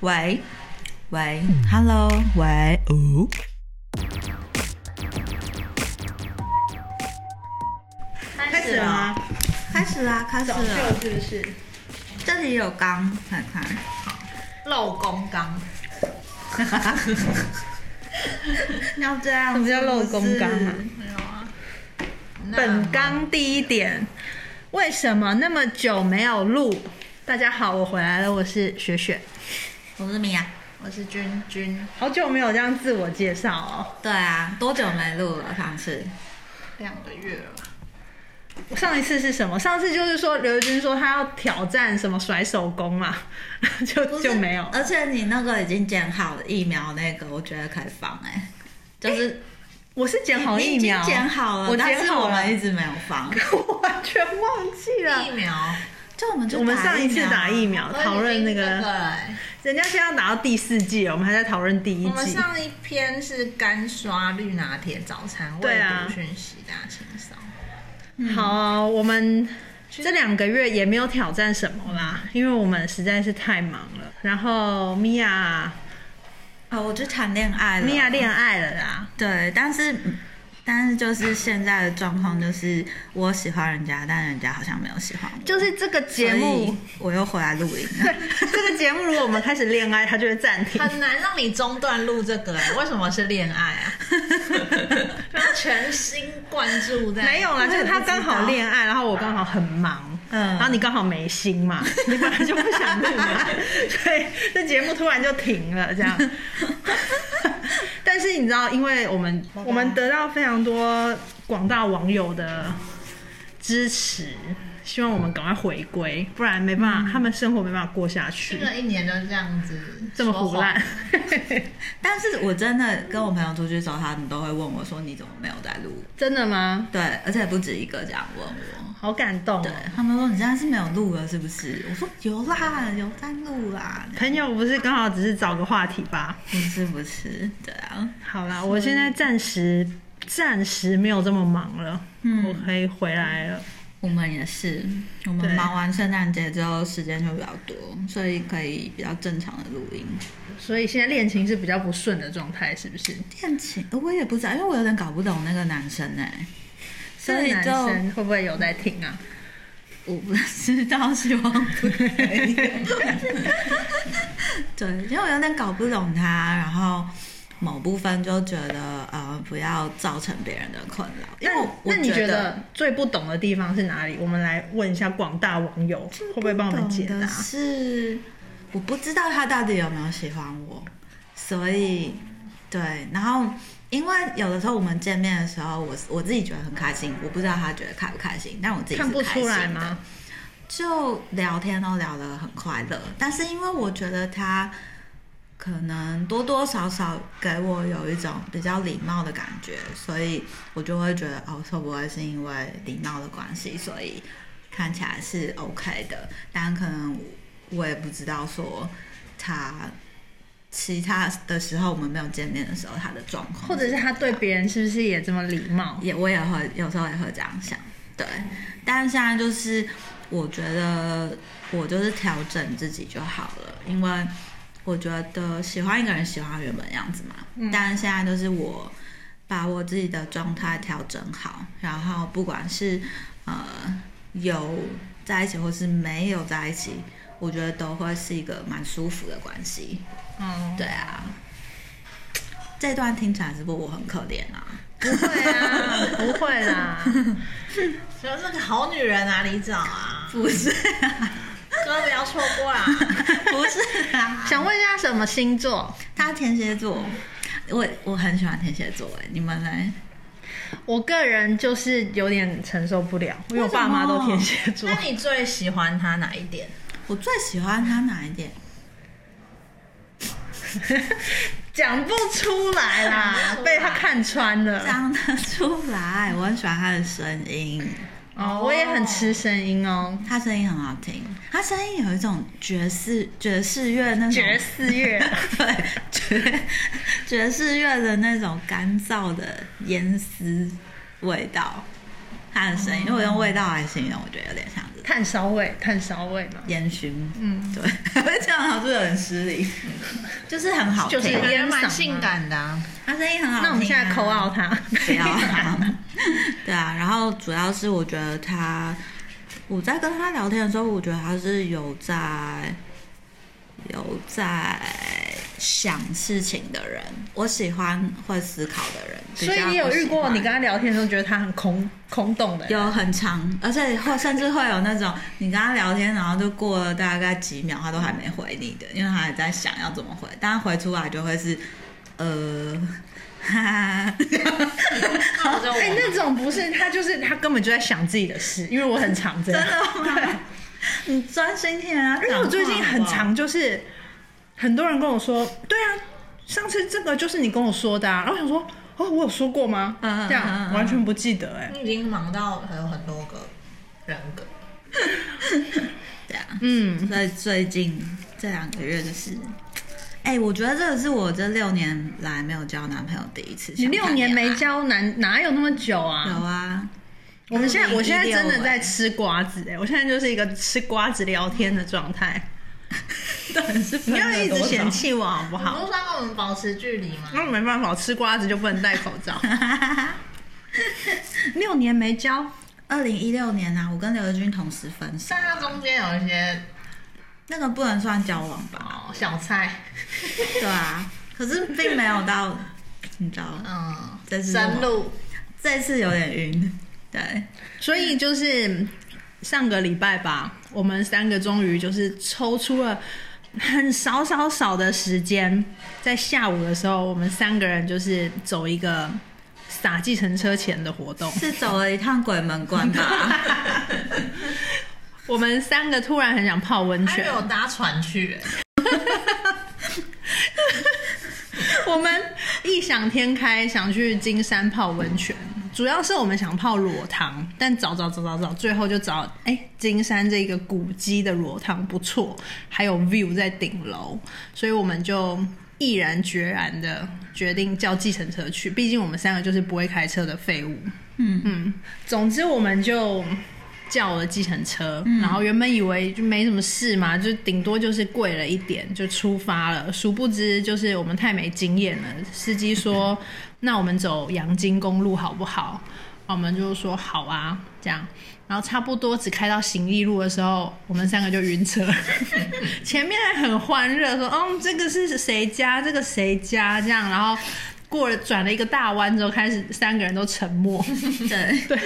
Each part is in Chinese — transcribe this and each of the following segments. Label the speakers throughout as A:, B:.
A: 喂，喂，Hello，喂，哦。
B: 开始了吗？
A: 开始啦，开始
B: 早秀
A: 了。
B: 是不是？
A: 这里有缸，看看。
B: 漏光缸，
A: 要这样
C: 什么叫
A: 是不
C: 漏公缸啊
A: 是
B: 没有啊？
C: 本纲第一点，为什么那么久没有录？大家好，我回来了，我是雪雪，
A: 我是米娅。
B: 我是君君，
C: 好久没有这样自我介绍哦。
A: 对啊，多久没录了？上次
B: 两个月了吧，
C: 上一次是什么？上次就是说刘君说他要挑战什么甩手工嘛，
A: 不呃
C: 就是就没有。
A: 而且你那个已经剪好了疫苗那个，我觉得可以放哎、就是
C: 我是哎剪好
A: 你
C: 疫苗，
A: 已经剪好了，
C: 我
A: 但
C: 剪
A: 是
C: 好啊
A: 我
C: 了，
A: 们一直没有放。
C: 我完全忘记
B: 疫
C: 了。
B: 苗，
A: 就我们就
C: 我们
A: 打
C: 上一次打疫苗讨论那
B: 我已经那
C: 个，
B: 了欸
C: 人家现在要打到第四季了，我们还在讨论第一
B: 我们
C: 季。
B: 上一篇是干刷绿拿铁早餐
C: 对
B: 未
C: 啊
B: 读讯息大清扫，
C: 好啊、我们这两个月也没有挑战什么啦，因为我们实在是太忙了。然后米娅，
A: 啊、哦，我就谈恋爱了。
C: 米娅恋爱了啦，
A: 对，但是但是就是现在的状况就是我喜欢人家，但人家好像没有喜欢我。
C: 就是这个节
A: 所
C: 目
A: 以，我又回来录音了。
C: 这个节目如果我们开始恋爱，它就会暂停。
B: 很难让你中断录这个、欸，为什么是恋
A: 哎
B: 爱啊？ 要全心贯注在
C: 没有啦，就是他刚好
B: 练。
C: 恋爱，然后我刚好很忙，
A: 嗯
C: 然后你刚好没心嘛，你本来就不想录啊，所以这节目突然就停了这样。但是你知道，因为我们我们得到非常多广大网友的支持，希望我们赶快回归，不然没办法，他们生活没办法过下去
B: 这，个一年就这样子，
C: 这么胡乱。
A: 但是我真的跟我朋友出去的时候，他们都会问我说：“你怎么没有在录
C: 真的吗？？”
A: 对，而且不止一个这样问我。
C: 好感动、哦
A: 对。他们说：“你现在是没有录了，是不是？”我说：“有啦，有在录啦。
C: 朋友不是刚好只是找个话题吧？”
A: 不是不是，对啊，
C: 好啦，我现在暂时暂时没有这么忙了，
A: 嗯
C: 我可以回来了。
A: 我们也是，我们
C: 对
A: 忙完圣诞节之后时间就比较多，所以可以比较正常的录音。
C: 所以现在恋情是比较不顺的状态，是不是？
A: 恋情呃我也不知道，因为我有点搞不懂那个男生哎、所
C: 这个
A: 以
C: 男
A: 就
C: 生会不会有在听啊？
A: 我不知道，希望不会。对，因为我有点搞不懂他，然后某部分就觉得呃，不要造成别人的困扰。因为我
C: 那你
A: 觉
C: 觉得最不懂的地方是哪里？我们来问一下广大网友，会不会帮我们解
A: 懂
C: 答
A: 的？是我不知道他到底有没有喜欢我，所以对，然后因为有的时候我们见面的时候，我我自己觉得很开心，我不知道他觉得开不开心，但我自己是
C: 看不
A: 开
C: 出
A: 心
C: 来
A: 的
C: 吗？
A: 就聊天都聊得很快乐，但是因为我觉得他可能多多少少给我有一种比较礼貌的感觉，所以我就会觉得哦，会不会是因为礼貌的关系，所以看起来是 OK 的，但可能我也不知道说他其他的时候我们没有见面的时候他的状况，
C: 或者是他对别人是不是也这么礼貌？
A: 也我也会有时候也会这样想，对。但是现在就是我觉得我就是调整自己就好了，因为我觉得喜欢一个人喜欢他原本的样子嘛。
C: 嗯
A: 但是现在就是我把我自己的状态调整好，然后不管是呃有在一起或是没有在一起，我觉得都会是一个蛮舒服的关系。
C: 嗯，
A: 对啊，这段听起来是不是我很可怜啊？
C: 不会 啊，不会啦。
B: 所以那个好女人哪里找啊？
A: 不是、啊。
B: 哥不要错过啦！
A: 不是啊，
C: 啊想问一下什么星座？
A: 他天蝎座，我我很喜欢天蝎座哎，你们呢？
C: 我个人就是有点承受不了，因为我爸妈都天蝎座
B: 那。你最喜欢他哪一点？
A: 我最喜欢他哪一点？
C: 讲不出来啦，被他看穿了。
A: 讲得出来，我很喜欢他的声音，
C: 哦，我也很吃声音哦。
A: 他声音很好听，他声音有一种爵士爵士乐那种
C: 爵士 乐
A: 对爵爵士乐的那种干燥的烟丝味道，它的声音，因为我用味道来形容，我觉得有点像是
C: 炭烧味，炭烧味嘛，
A: 烟熏，
C: 嗯，
A: 对， 这样好像是很失礼，就是很好听，
C: 就是
B: 也蛮性感的、啊，
A: 它声音很好听啊、
C: 那我们现在扣奥它，
A: 不 要啊， 对啊，然后主要是我觉得他，我在跟他聊天的时候，我觉得他是有在有在想事情的人，我喜欢会思考的人，比较
C: 所以你有
A: 不喜
C: 遇过
A: 欢
C: 你跟他聊天的时候觉得他很空空洞的人，
A: 有很长，而且或甚至会有那种你跟他聊天，然后就过了大概几秒，他都还没回你的，因为他还在想要怎么回，但回出来就会是呃，哈哈，
B: 那我 就
C: 哎、那种不是他，就是他根本就在想自己的事，因为我很常这
A: 真
C: 样。
A: 的吗？你专心听人家
C: 而且
A: 讲话
C: 哎我最近很
A: 好
C: 常就是很多人跟我说，对啊，上次这个就是你跟我说的、啊，然后我想说，哦，我有说过吗？
A: 嗯嗯嗯
C: 这样
A: 嗯
C: 完全不记得哎、
B: 你已经忙到还有很多个人格，
A: 不好对啊，
C: 嗯，
A: 所以最近这两个月就是，哎、我觉得这个是我这六年来没有交男朋友第一次
C: 你
A: 想谈恋
C: 六
A: 爱，
C: 年没交 男，哪有那么久
A: 有
C: 啊？
A: 啊？
C: 我们现在我现在真的在
A: 2016
C: 吃瓜子哎、我现在就是一个吃瓜子聊天的状 态。
A: 到底是
C: 你
A: 分
C: 要
A: 了
C: 一
A: 多
C: 直
A: 少
C: 嫌弃我好不
B: 你
C: 好？
B: 不是让我们保持距离吗？
C: 那没办法，我吃瓜子就不能戴口罩。六年没交，
A: 二零一六年啊，我跟刘德军同时分手，
B: 但它中间有一些
A: 那个不能算交往吧？
B: 哦小菜，
A: 对啊，可是并没有到，你知道，
B: 嗯，
A: 这是什么
B: 深入，
A: 这次有点晕。对，
C: 所以就是上个礼拜吧，我们三个终于就是抽出了很少少少的时间，在下午的时候，我们三个人就是走一个撒计程车钱的活动。
A: 是走了一趟鬼门关 吧？
C: 我们三个突然很想泡温
B: 还
C: 泉，
B: 有搭船去、 欸
C: 我们异想天开，想去金山泡温泉。主要是我们想泡裸汤，但找找找找找，最后就找哎、金山这个古迹的裸汤不错，还有 view 在顶楼，所以我们就毅然决然的决定叫计程车去。毕竟我们三个就是不会开车的废物。
A: 嗯
C: 嗯，总之我们就叫了计程车，然后原本以为就没什么事嘛，就顶多就是贵了一点就出发了。殊不知就是我们太没经验了，司机说：“那我们走阳金公路好不好？”我们就说：“好啊。”这样，然后差不多只开到行义路的时候，我们三个就晕车。前面还很欢乐，说：“嗯，这个是谁家？这个谁家？”这样，然后过了转了一个大弯之后，开始三个人都沉默。
A: 对，
C: 对，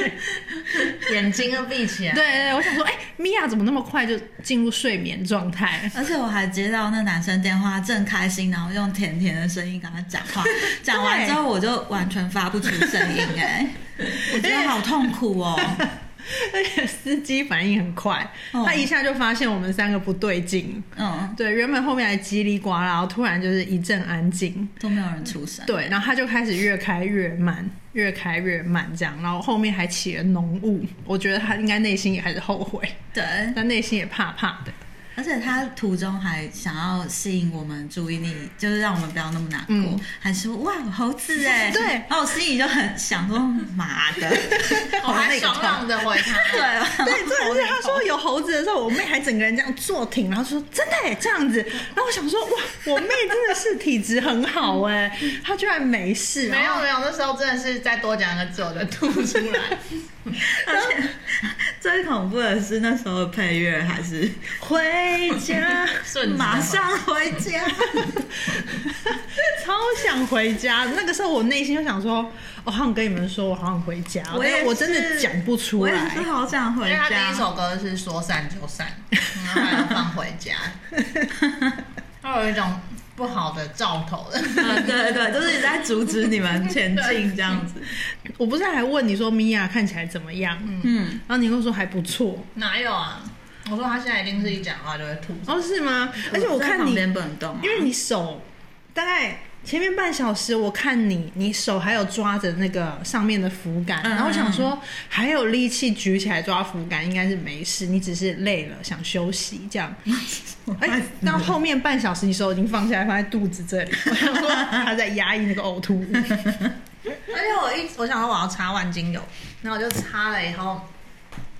B: 眼睛都闭起来。
C: 对对，我想说，哎、米娅怎么那么快就进入睡眠状态？
A: 而且我还接到那男生电话，正开心，然后用甜甜的声音跟他讲话，讲完之后我就完全发不出声音、 哎，我觉得好痛苦哦。
C: 而且司机反应很快，
A: 哦
C: 他一下就发现我们三个不对劲。
A: 嗯，
C: 对，原本后面还叽里呱啦，然后突然就是一阵安静。
A: 都没有人出声。
C: 对，然后他就开始越开越慢，越开越慢这样，然后后面还起了浓雾。我觉得他应该内心也还是后悔，
A: 对，
C: 但内心也怕怕的。
A: 而且他途中还想要吸引我们注意力，就是让我们不要那么难过，
C: 嗯
A: 还说哇猴子哎，
C: 对
A: 然后我心里就很想说妈的， 哦
B: 我还爽朗的回他，
A: 对，
C: 对，重点是他说有猴子的时候，我妹还整个人这样坐挺，然后说真的耶这样子，然后我想说哇，我妹真的是体质很好 哎，她居然没事，
B: 没
C: 然
B: 有
C: 后
B: 没有，那时候真的是再多讲一个字我就吐出 来，
A: 而且最恐怖的是那时候的配乐还是
C: 回 家，
B: 瞬间
A: 马上回家，
C: 超想回家。那个时候我内心就想说，我好想跟你们说，我好想回家，但
A: 也
C: 是我真的讲不出
A: 我
C: 来
A: 也。是好想
B: 因
A: 回
B: 为他
A: 家。
B: 第一首歌是说散就散，然后还有放回 家，他有一种不好的兆头的。
A: 嗯， 对对，就是在阻止你们前进这样子。
C: 我不是还问你说米娅看起来怎么样，
A: 嗯，
C: 然后你跟我说还不错，
B: 哪有啊？我说他现在一定是一讲话就会吐。
C: 哦是吗？而且我
A: 在
C: 看
A: 旁
C: 你
A: 边不能动啊，
C: 因为你手大概前面半小时，我看你，你手还有抓着那个上面的扶杆，
A: 嗯
C: 然后我想说还有力气举起来抓扶杆，应该是没事，你只是累了想休息这样。哎、到后面半小时，你手已经放下来，放在肚子这里，我想说他在压抑那个呕吐物。
B: 而且我一我想说我要擦万精油，然后我就擦了以后，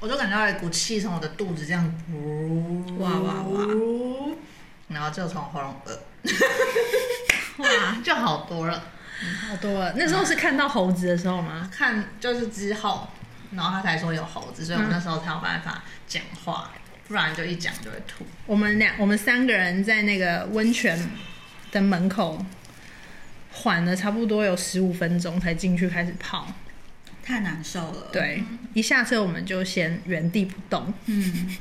B: 我就感觉到一股气从我的肚子这样，
A: 哇哇哇，
B: 然后就从喉咙呃，
A: 哇，
B: 就好多了。
C: 好多了。 那时候是看到猴子的时候吗？
B: 看就是之后，然后他才说有猴子，所以我
C: 嗯
B: 那时候才有办法讲话，不然就一讲就会吐。
C: 我们两我们三个人在那个温泉的门口缓了差不多有十五分钟才进去开始泡。
A: 太难受了。，
C: 对，一下车我们就先原地不动。
A: 嗯，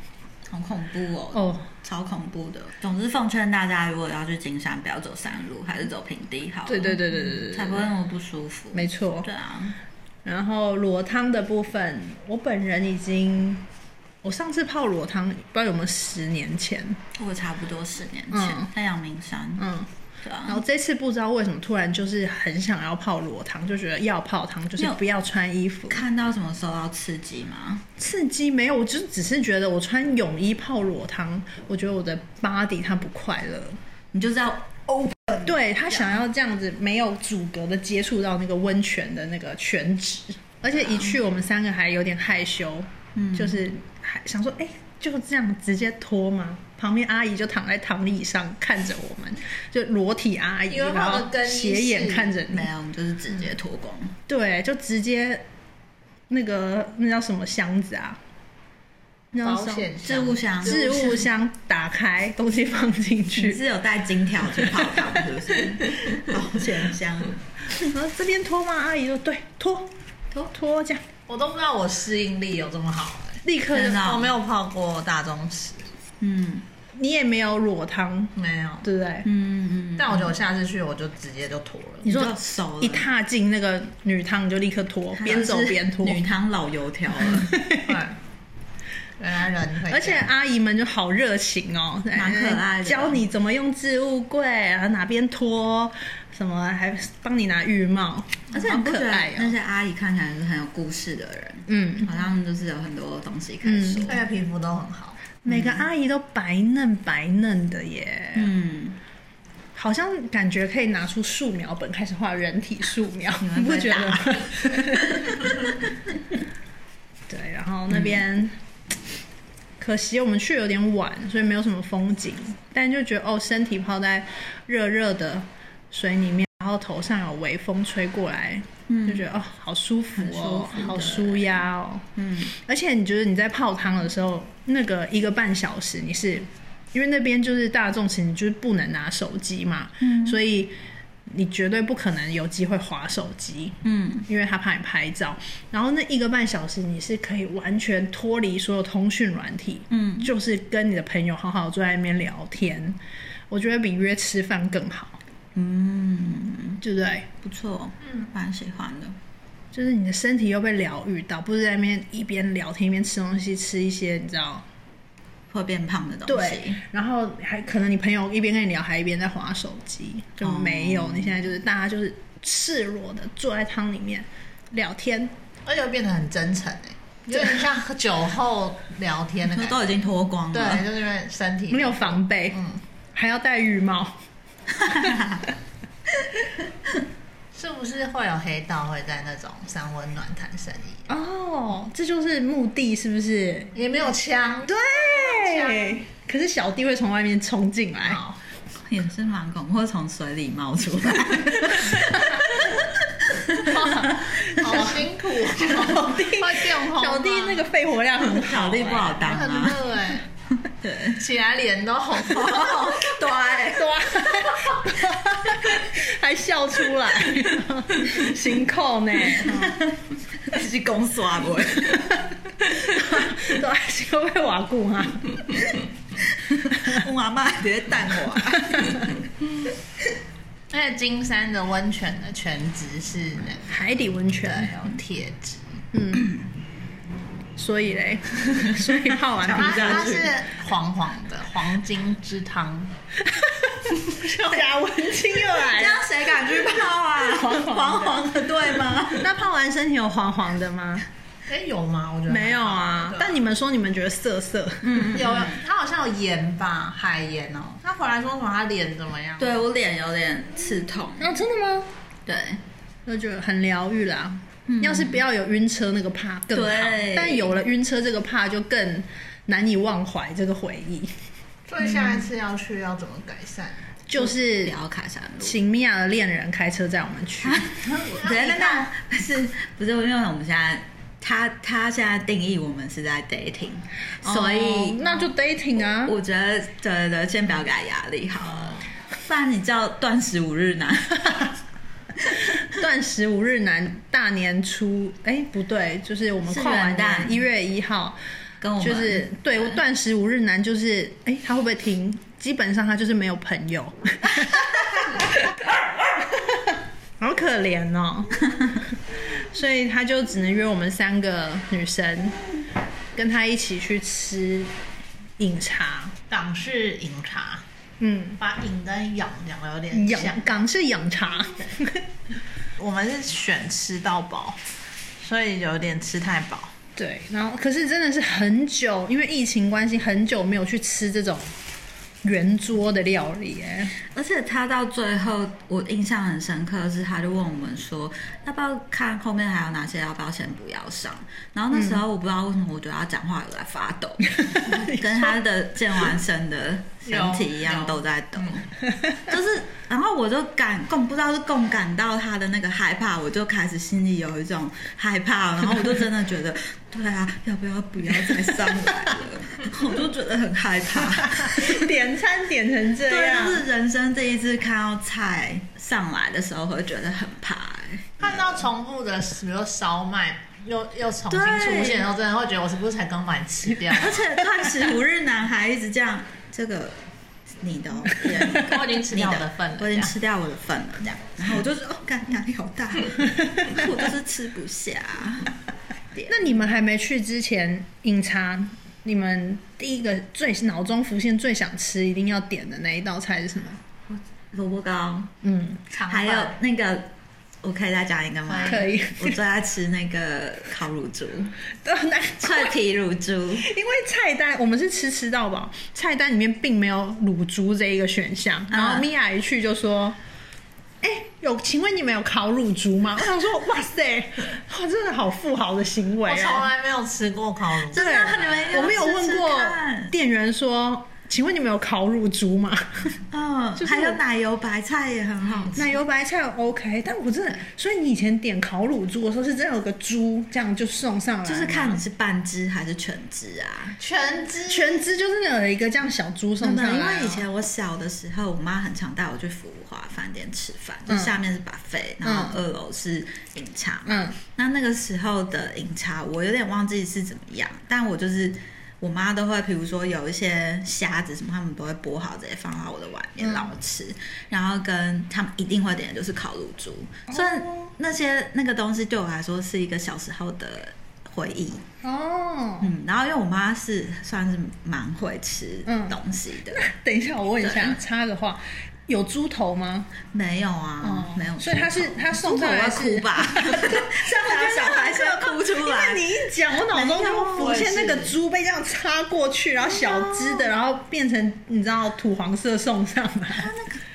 A: 好恐怖哦，
C: 哦，
A: 超恐怖的。总之，奉劝大家，如果要去金山，不要走山路，还是走平地好了。
C: 对对对对对对
A: 才不会那么不舒服。
C: 没错。
A: 对啊，
C: 然后裸汤的部分，我本人已经，我上次泡裸汤不知道有没有十年前，
A: 我差不多十年前、
C: 嗯
A: 在阳明山，
C: 嗯，
A: 对啊，
C: 然后这次不知道为什么突然就是很想要泡裸汤，就觉得要泡汤就是
A: 你有
C: 不要穿衣服，
A: 看到什么受到刺激吗？
C: 刺激没有，我就只是觉得我穿泳衣泡裸汤，我觉得我的 body 它不快乐，
A: 你就知道
C: 对他想要这样子没有阻隔的接触到那个温泉的那个泉质，而且一去我们三个还有点害羞，嗯，就是还想说，哎、就这样直接脱吗？旁边阿姨就躺在躺椅上看着我们，就裸体阿姨，
B: 因为
C: 然
B: 他
C: 后
B: 们更衣室
C: 斜眼看着你
A: 没，有，你就是直接脱光。
C: 对，就直接那个那叫什么箱子啊？那叫
B: 保
C: 什么
B: 险
A: 置物箱
C: 置物箱打开，东西放进
A: 你
C: 去。
A: 是有带金条去泡汤，是不是？ 保险箱，
B: 嗯
C: 然后这边脱吗？阿姨说对，脱脱脱这样。
B: 我都不知道我适应力有这么好、欸，
C: 立刻就
A: 真的哦
B: 我没有泡过大宗祠，
A: 嗯
C: 你也没有裸汤，
B: 没有。
C: 对不对？
A: 嗯嗯，
B: 但我觉得我下次去我就直接就脱了。
C: 你说
A: 你就熟了
C: 一踏进那个女汤你就立刻脱， 边走边脱
A: 就是，女汤老油条了，
B: 对，原来人会这样，
C: 而且阿姨们就好热情哦，
A: 蛮可爱的
C: 教你怎么用置物柜，然后哪边脱，什么还帮你拿浴帽，
A: 而且
C: 好
A: 你不
C: 可
A: 觉得
C: 爱
A: 那
C: 哦。
A: 些阿姨看起来是很有故事的人，
C: 嗯，
A: 好像就是有很多东西可以说。
B: 而且皮肤都很好，
C: 每个阿姨都白嫩白嫩的耶，
A: 嗯，
C: 好像感觉可以拿出素描本开始画人体素描，
A: 你们
C: 你不
A: 会
C: 觉得吗
A: 打？
C: 对，然后那边、可惜我们去有点晚，所以没有什么风景，但就觉得哦，身体泡在热热的水里面，然后头上有微风吹过来，
A: 嗯
C: 就觉得哦，好舒服哦，
A: 很舒服的
C: 好舒压哦。
A: 嗯，
C: 而且你觉得你在泡汤的时候，那个一个半小时，你是因为那边就是大众池，你就是不能拿手机嘛，
A: 嗯
C: 所以你绝对不可能有机会划手机，
A: 嗯，
C: 因为他怕你拍照。然后那一个半小时，你是可以完全脱离所有通讯软体，
A: 嗯，
C: 就是跟你的朋友好好坐在那边聊天，我觉得比约吃饭更好，嗯，对不对？
A: 不错，嗯，蛮喜欢的。
C: 就是你的身体又被疗愈到，不是在那边一边聊天一边吃东西，吃一些你知道。
A: 会变胖的东
C: 对
A: 西。，
C: 然后还可能你朋友一边跟你聊，还一边在划手机，就没有。你现在就是大家就是赤裸的坐在汤里面聊天，
B: 而且会变得很真诚、欸，有点像酒后聊天的
A: 那
B: 感
A: 都
B: 觉。
A: 已经脱光
B: 对，
A: 了，
B: 就是因为身体
C: 没有防备，
B: 嗯，
C: 还要戴浴帽。
B: 是不是会有黑道会在那种三温暖谈生意？
C: 哦，这就是目的，是不是？
B: 也没有枪，
C: 对。可是小弟会从外面冲进来，
B: 好
A: 也是蛮恐怖，会从水里冒出来。
B: 好辛苦、哦，
C: 小弟
B: 会电红吗，
C: 小弟那个肺活量很好，
A: 小弟不好当
B: 很
A: 啊，
B: 热哎、
A: 对，
B: 起来脸都红了。
A: 对，
C: 对啊，还笑出 来，行扣呢，
A: 自己公刷不会。
C: 对啊，行扣被瓦固哈。
A: 我阿妈直接蛋我，
B: 而且金山的温泉的全职是那个
C: 海底温泉，
B: 有贴纸，
C: 所以嘞， 所以泡完
B: 它
C: 皮下
B: 它
C: 去
B: 是 黄黄的黄金之汤，
C: 贾文清又
A: 这
C: 来了。
A: 样谁敢去泡啊？
C: 黄黄的
A: 黄黄的，对吗？
C: 那泡完身体有黄黄的吗？
B: 哎、有吗？我觉得
C: 没有啊。嗯但
B: 你
C: 你们说你们觉得涩涩，
B: 有它好像有盐吧，海盐哦。他回来说什么？他脸怎么样？
A: 对我脸有点刺痛，
C: 啊，真的吗？
A: 对，
C: 就觉得很疗愈啦。要是不要有晕车那个怕更好
A: 对，
C: 但有了晕车这个怕就更难以忘怀这个回忆。
B: 所以下一次要去要怎么改善？
C: 就是
A: 聊卡山路。
C: 请米娅的恋人开车载我们 去，
A: 对，那那不是不是因为我们现在他他现在定义我们是在 dating，所
C: 哦
A: 以
C: 那哦就 dating 啊。
A: 我觉得对对对，先不要给他压力好了，不然你叫断食五日男。
C: 断食五日男大年初，哎、不对，就是我们
A: 是
C: 跨完
A: 元旦
C: 年一月一号，
A: 跟我们
C: 就是对我断食五日男，就是哎、他会不会停？基本上他就是没有朋友， 好可怜哦，所以他就只能约我们三个女生，跟他一起去吃饮茶。
B: 港式饮茶，
C: 嗯，
B: 把饮跟养讲的有点
C: 养
B: 像。
C: 港式养茶，
B: 我们是选吃到饱，所以有点吃太饱。
C: 对，然后可是真的是很久，因为疫情关系，很久没有去吃这种圆桌的料理，哎，
A: 而且他到最后，我印象很深刻的是，他就问我们说，要不要看后面还有哪些，要不要先不要上？然后那时候我不知道为什么，我觉得他讲话有在发抖，跟他的健完身的身体一
B: 有
A: 样
B: 有
A: 都在抖，就是，然后我就感共不知道是共感到他的那个害怕，我就开始心里有一种害怕，然后我就真的觉得，对啊，要不要不要再上来了？ 我就觉得很害怕。
C: 点餐点成这
A: 对，
B: 啊
C: 样
A: 就，是人生第一次看到菜上来的时候，会觉得很怕、欸。
B: 看到重复的，比如烧麦又又重新出现的时候，真的会觉得我是不是才刚把你吃 掉？
A: 而且断食五日男孩一直这样，这个你 的、哦，对
B: 我已经吃
A: 你
B: 掉我的份了，
A: 我
B: 这
A: 已经
B: 样
A: 吃掉我的份了，这样。然后我就说，哦，干压力好大， 我就是吃不下。
C: 那你们还没去之前饮茶，你们第一个最脑中浮现最想吃一定要点的那一道菜是什么？
A: 萝卜糕，
C: 嗯，
B: 肠
A: 还有
B: 粉
A: 那个，我可以再讲一个吗？
C: 可以
A: 我最爱吃那个烤乳 猪，
C: 都嗯很难
A: 脆皮乳猪。
C: 因为菜单我们是吃吃到饱，菜单里面并没有卤猪这一个选项。
A: 啊
C: 然后米娅一去就说：“哎、有，请问你们有烤乳猪吗？”我想说：“哇塞，哇，真的好富豪的行为
B: 我从
C: 啊！”
B: 来没有吃过烤乳猪，
A: 真的，啊你们一定要
C: 我没有
A: 试
C: 问
A: 试
C: 过
A: 看
C: 店员说：“请问你们有烤乳猪吗
A: 嗯，
C: 就是
A: 还有
C: 我
A: 奶油白菜也很好？”吃。
C: 奶油白菜 OK，但我真的，所以你以前点烤乳猪的时候是真的有个猪，这样就送上来吗，
A: 就是看你是半只还是全只啊。
B: 全脂
C: 全只就是有一个这样小猪
A: 真
C: 送
A: 的，
C: 上来哦、
A: 因为以前我小的时候，我妈很常带我去福华饭店吃饭，就
C: 嗯
A: 下面是 buffet，然后二楼是饮茶。
C: 嗯，
A: 那那个时候的饮茶，我有点忘记是怎么样，但我就是我妈都会，比如说有一些虾子什么，他们都会剥好直接放到我的碗里面
C: 嗯
A: 让我吃，然后跟他们一定会点的就是烤乳猪，所以
C: 哦
A: 那些那个东西对我来说是一个小时候的回忆。
C: 哦，
A: 嗯，然后因为我妈是算是蛮会吃
C: 嗯
A: 东西的，
C: 等一下，我问一下
A: 对，
C: 插个话，有猪头吗？哦
A: 没有啊，没有猪头，
C: 所以他是他送上来
A: 我会
C: 是
A: 哭 吧，像他小孩是要哭出来，
C: 因为你一讲，我脑中就浮现那
A: 没有我
C: 个
A: 也是啊
C: 猪被这样插过去，然后小只的，然后变成你知道土黄色送上
A: 啊
C: 来，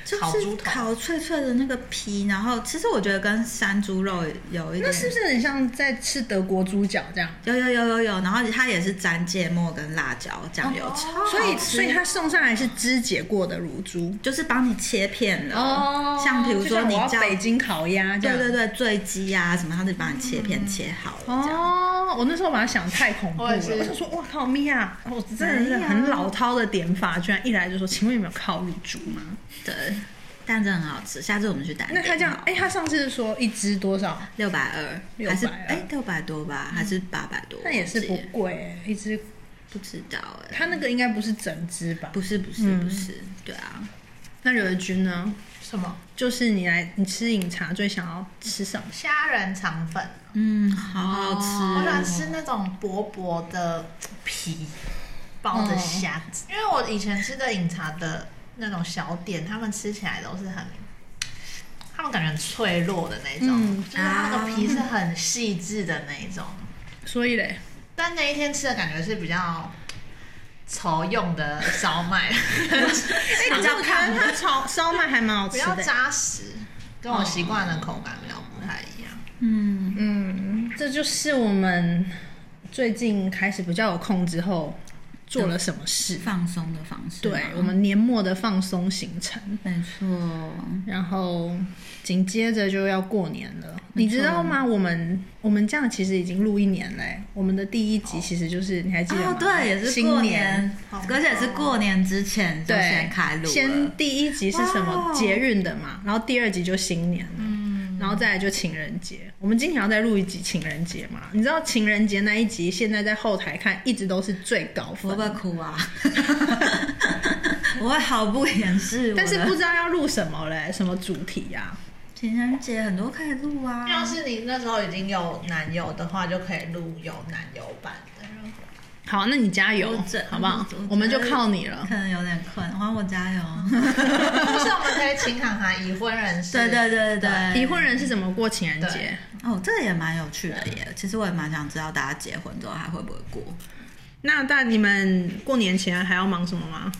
A: 就
B: 烤猪
A: 是
B: 头
A: 烤脆脆的那个皮，然后其实我觉得跟山猪肉有一点，
C: 那是不是很像在吃德国猪脚这样？
A: 有有有有有，然后它也是沾芥末跟辣椒酱油炒，
B: 哦
C: 所以
A: 好吃
C: 所以他送上来是肢解过的乳猪
A: 就是帮你切片了，像比如
C: 哦就
A: 说
C: 像
A: 你
C: 我要
A: 叫
C: 北京烤鸭这
A: 对
C: 样，
A: 对对醉鸡啊什么，它就把你切片切好了这样。
C: 哦，我那时候把它想太恐怖了，
B: 我
C: 我
B: 也是
C: 就说，哇靠，米娅，我真的是很老饕的点法，居然一来就说，请问有没有烤乳猪吗？
A: 对，但真的很好吃。下次我们去打。
C: 那他这样，哎、他上次说一只多少？
A: 六百二还是
C: 620
A: 哎六百多吧，还是八百多？
C: 那也是不
A: 忘记了
C: 贵、哎，一只，
A: 不知道嗯哎、
C: 他那个应该不是整只吧？
A: 不是不是不是，对啊，
C: 那刘德君呢？
B: 什么
C: 就是你来，你吃饮茶最想要吃什么？
B: 虾仁肠粉，
A: 嗯，好好吃哦、
B: 我想吃那种薄薄的皮包着虾子，
C: 嗯
B: 因为我以前吃的饮茶的那种小点，他们吃起来都是很，他们感觉很脆弱的那种，
C: 嗯
B: 就是它那个皮是很细致的那一种。
C: 所以嘞，
B: 但那一天吃的感觉是比较稠用的烧 麦，
C: 哎、可是我觉得他炒烧麦还蛮好
B: 比
C: 吃
B: 较
C: 的、欸
B: 扎实，跟我习惯的口感比较不太一样。
A: 嗯，
C: 嗯这就是我们最近开始比较有空之后做了什么事。
A: 放松的方式吗。
C: 对我们年末的放松行程，
A: 没错，
C: 然后紧接着就要过年了，你知道吗？我们我们这样其实已经录一年嘞、我们的第一集其实就是、你还记得吗？
A: 哦，对，也是
C: 新
A: 过年，
B: 好
A: 而且是过年之前就
C: 对，
A: 先开录了，
C: 先第一集是什
A: 哇
C: 么
A: 哦嗯
C: 节运的嘛，然后第二集就新年了，然后再来就情人节。我们今天要再录一集情人节嘛？你知道情人节那一集，现在在后台看一直都是最高
A: 我会
C: 分
A: 不，会哭啊？ 我会毫不掩饰我的，
C: 但是不知道要录什么嘞，什么主题呀、
A: 情人节很多可以录啊，
B: 要是你那时候已经有男友的话，就可以录有男友版 的。
C: 好，那你加油
A: 我这，
C: 好不好
A: 我？
C: 我们就靠你了。
A: 可能有点困，还我加油。
B: 不是，我们可以请侃侃已婚人士。
A: 对对对对，
C: 已婚人是怎么过情人节？
A: 哦，这个也蛮有趣的耶。其实我也蛮想知道大家结婚之后还会不会过。
C: 那但你们过年前还要忙什么吗？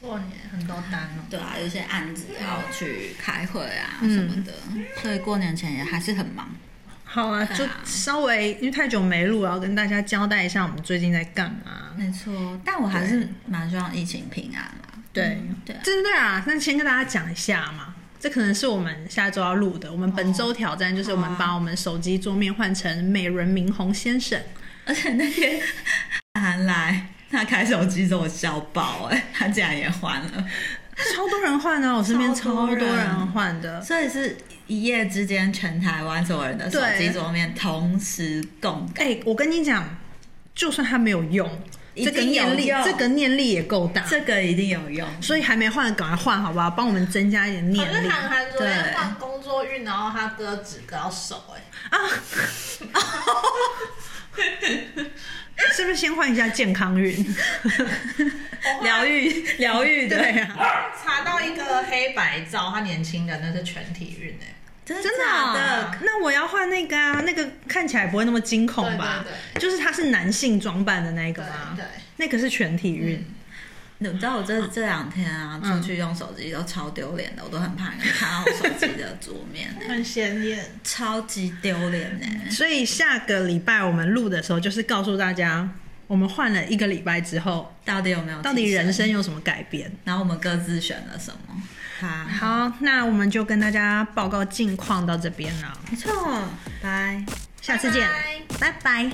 B: 过年很多单哦。
A: 对啊，有些案子要去开会啊什么的，所以过年前也还是很忙。
C: 好啊，
A: 对啊
C: 就稍微因为太久没录，然后跟大家交代一下我们最近在干嘛。
A: 没错，但我还是蛮希望疫情平安啦。
C: 对，
A: 对啊，
C: 真的啊，那先跟大家讲一下嘛。这可能是我们下周要录的。我们本周挑战就是我们把我们手机桌面换成美人明红先生。
A: 而且那天韩来他开手机之后我笑爆哎、他竟然也换了，
C: 超多人换啊！我身边超多人换的，
A: 所以是一夜之间全台湾所有人的手机
C: 对
A: 桌面同时共感。
C: 哎、我跟你讲，就算他没有用，
A: 一
C: 这
A: 定
C: 个念力
A: 有用，
C: 这个念力也够大，
A: 这个一定有用，
C: 所以还没换，赶快换好不好？帮我们增加一点
B: 可
C: 念
B: 是
C: 力
B: 韩寒昨天
A: 对
B: 换工作运，然后他割指割到手、哎，
C: 啊！ 是不是先换一下健康运？
A: 疗愈疗愈的，
C: 对啊，
B: 查到一个黑白照，他年轻人那是全体运哎、
A: 真
C: 真的
A: 假
C: 啊、
A: 的
C: 那我要换那个啊，那个看起来不会那么惊恐吧？
B: 对对
C: 就是它是男性装扮的那一个
B: 对
C: 吗？
B: 对，嗯
C: 那个是全体运，
A: 你知道我这这两天啊，出
C: 嗯
A: 去用手机都超丢脸的，我都很怕人看到我手机的桌 面、欸，
B: 很鲜艳。
A: 超级丢脸欸呢。
C: 所以下个礼拜我们录的时候，就是告诉大家，我们换了一个礼拜之后，
A: 到底有没有？
C: 到底人生？有什么改变？
A: 然后我们各自选了什么？好，
C: 好，那我们就跟大家报告近况到这边了，
A: 没错，拜。
C: 下次见，
B: 拜
C: 拜
B: 拜
C: 拜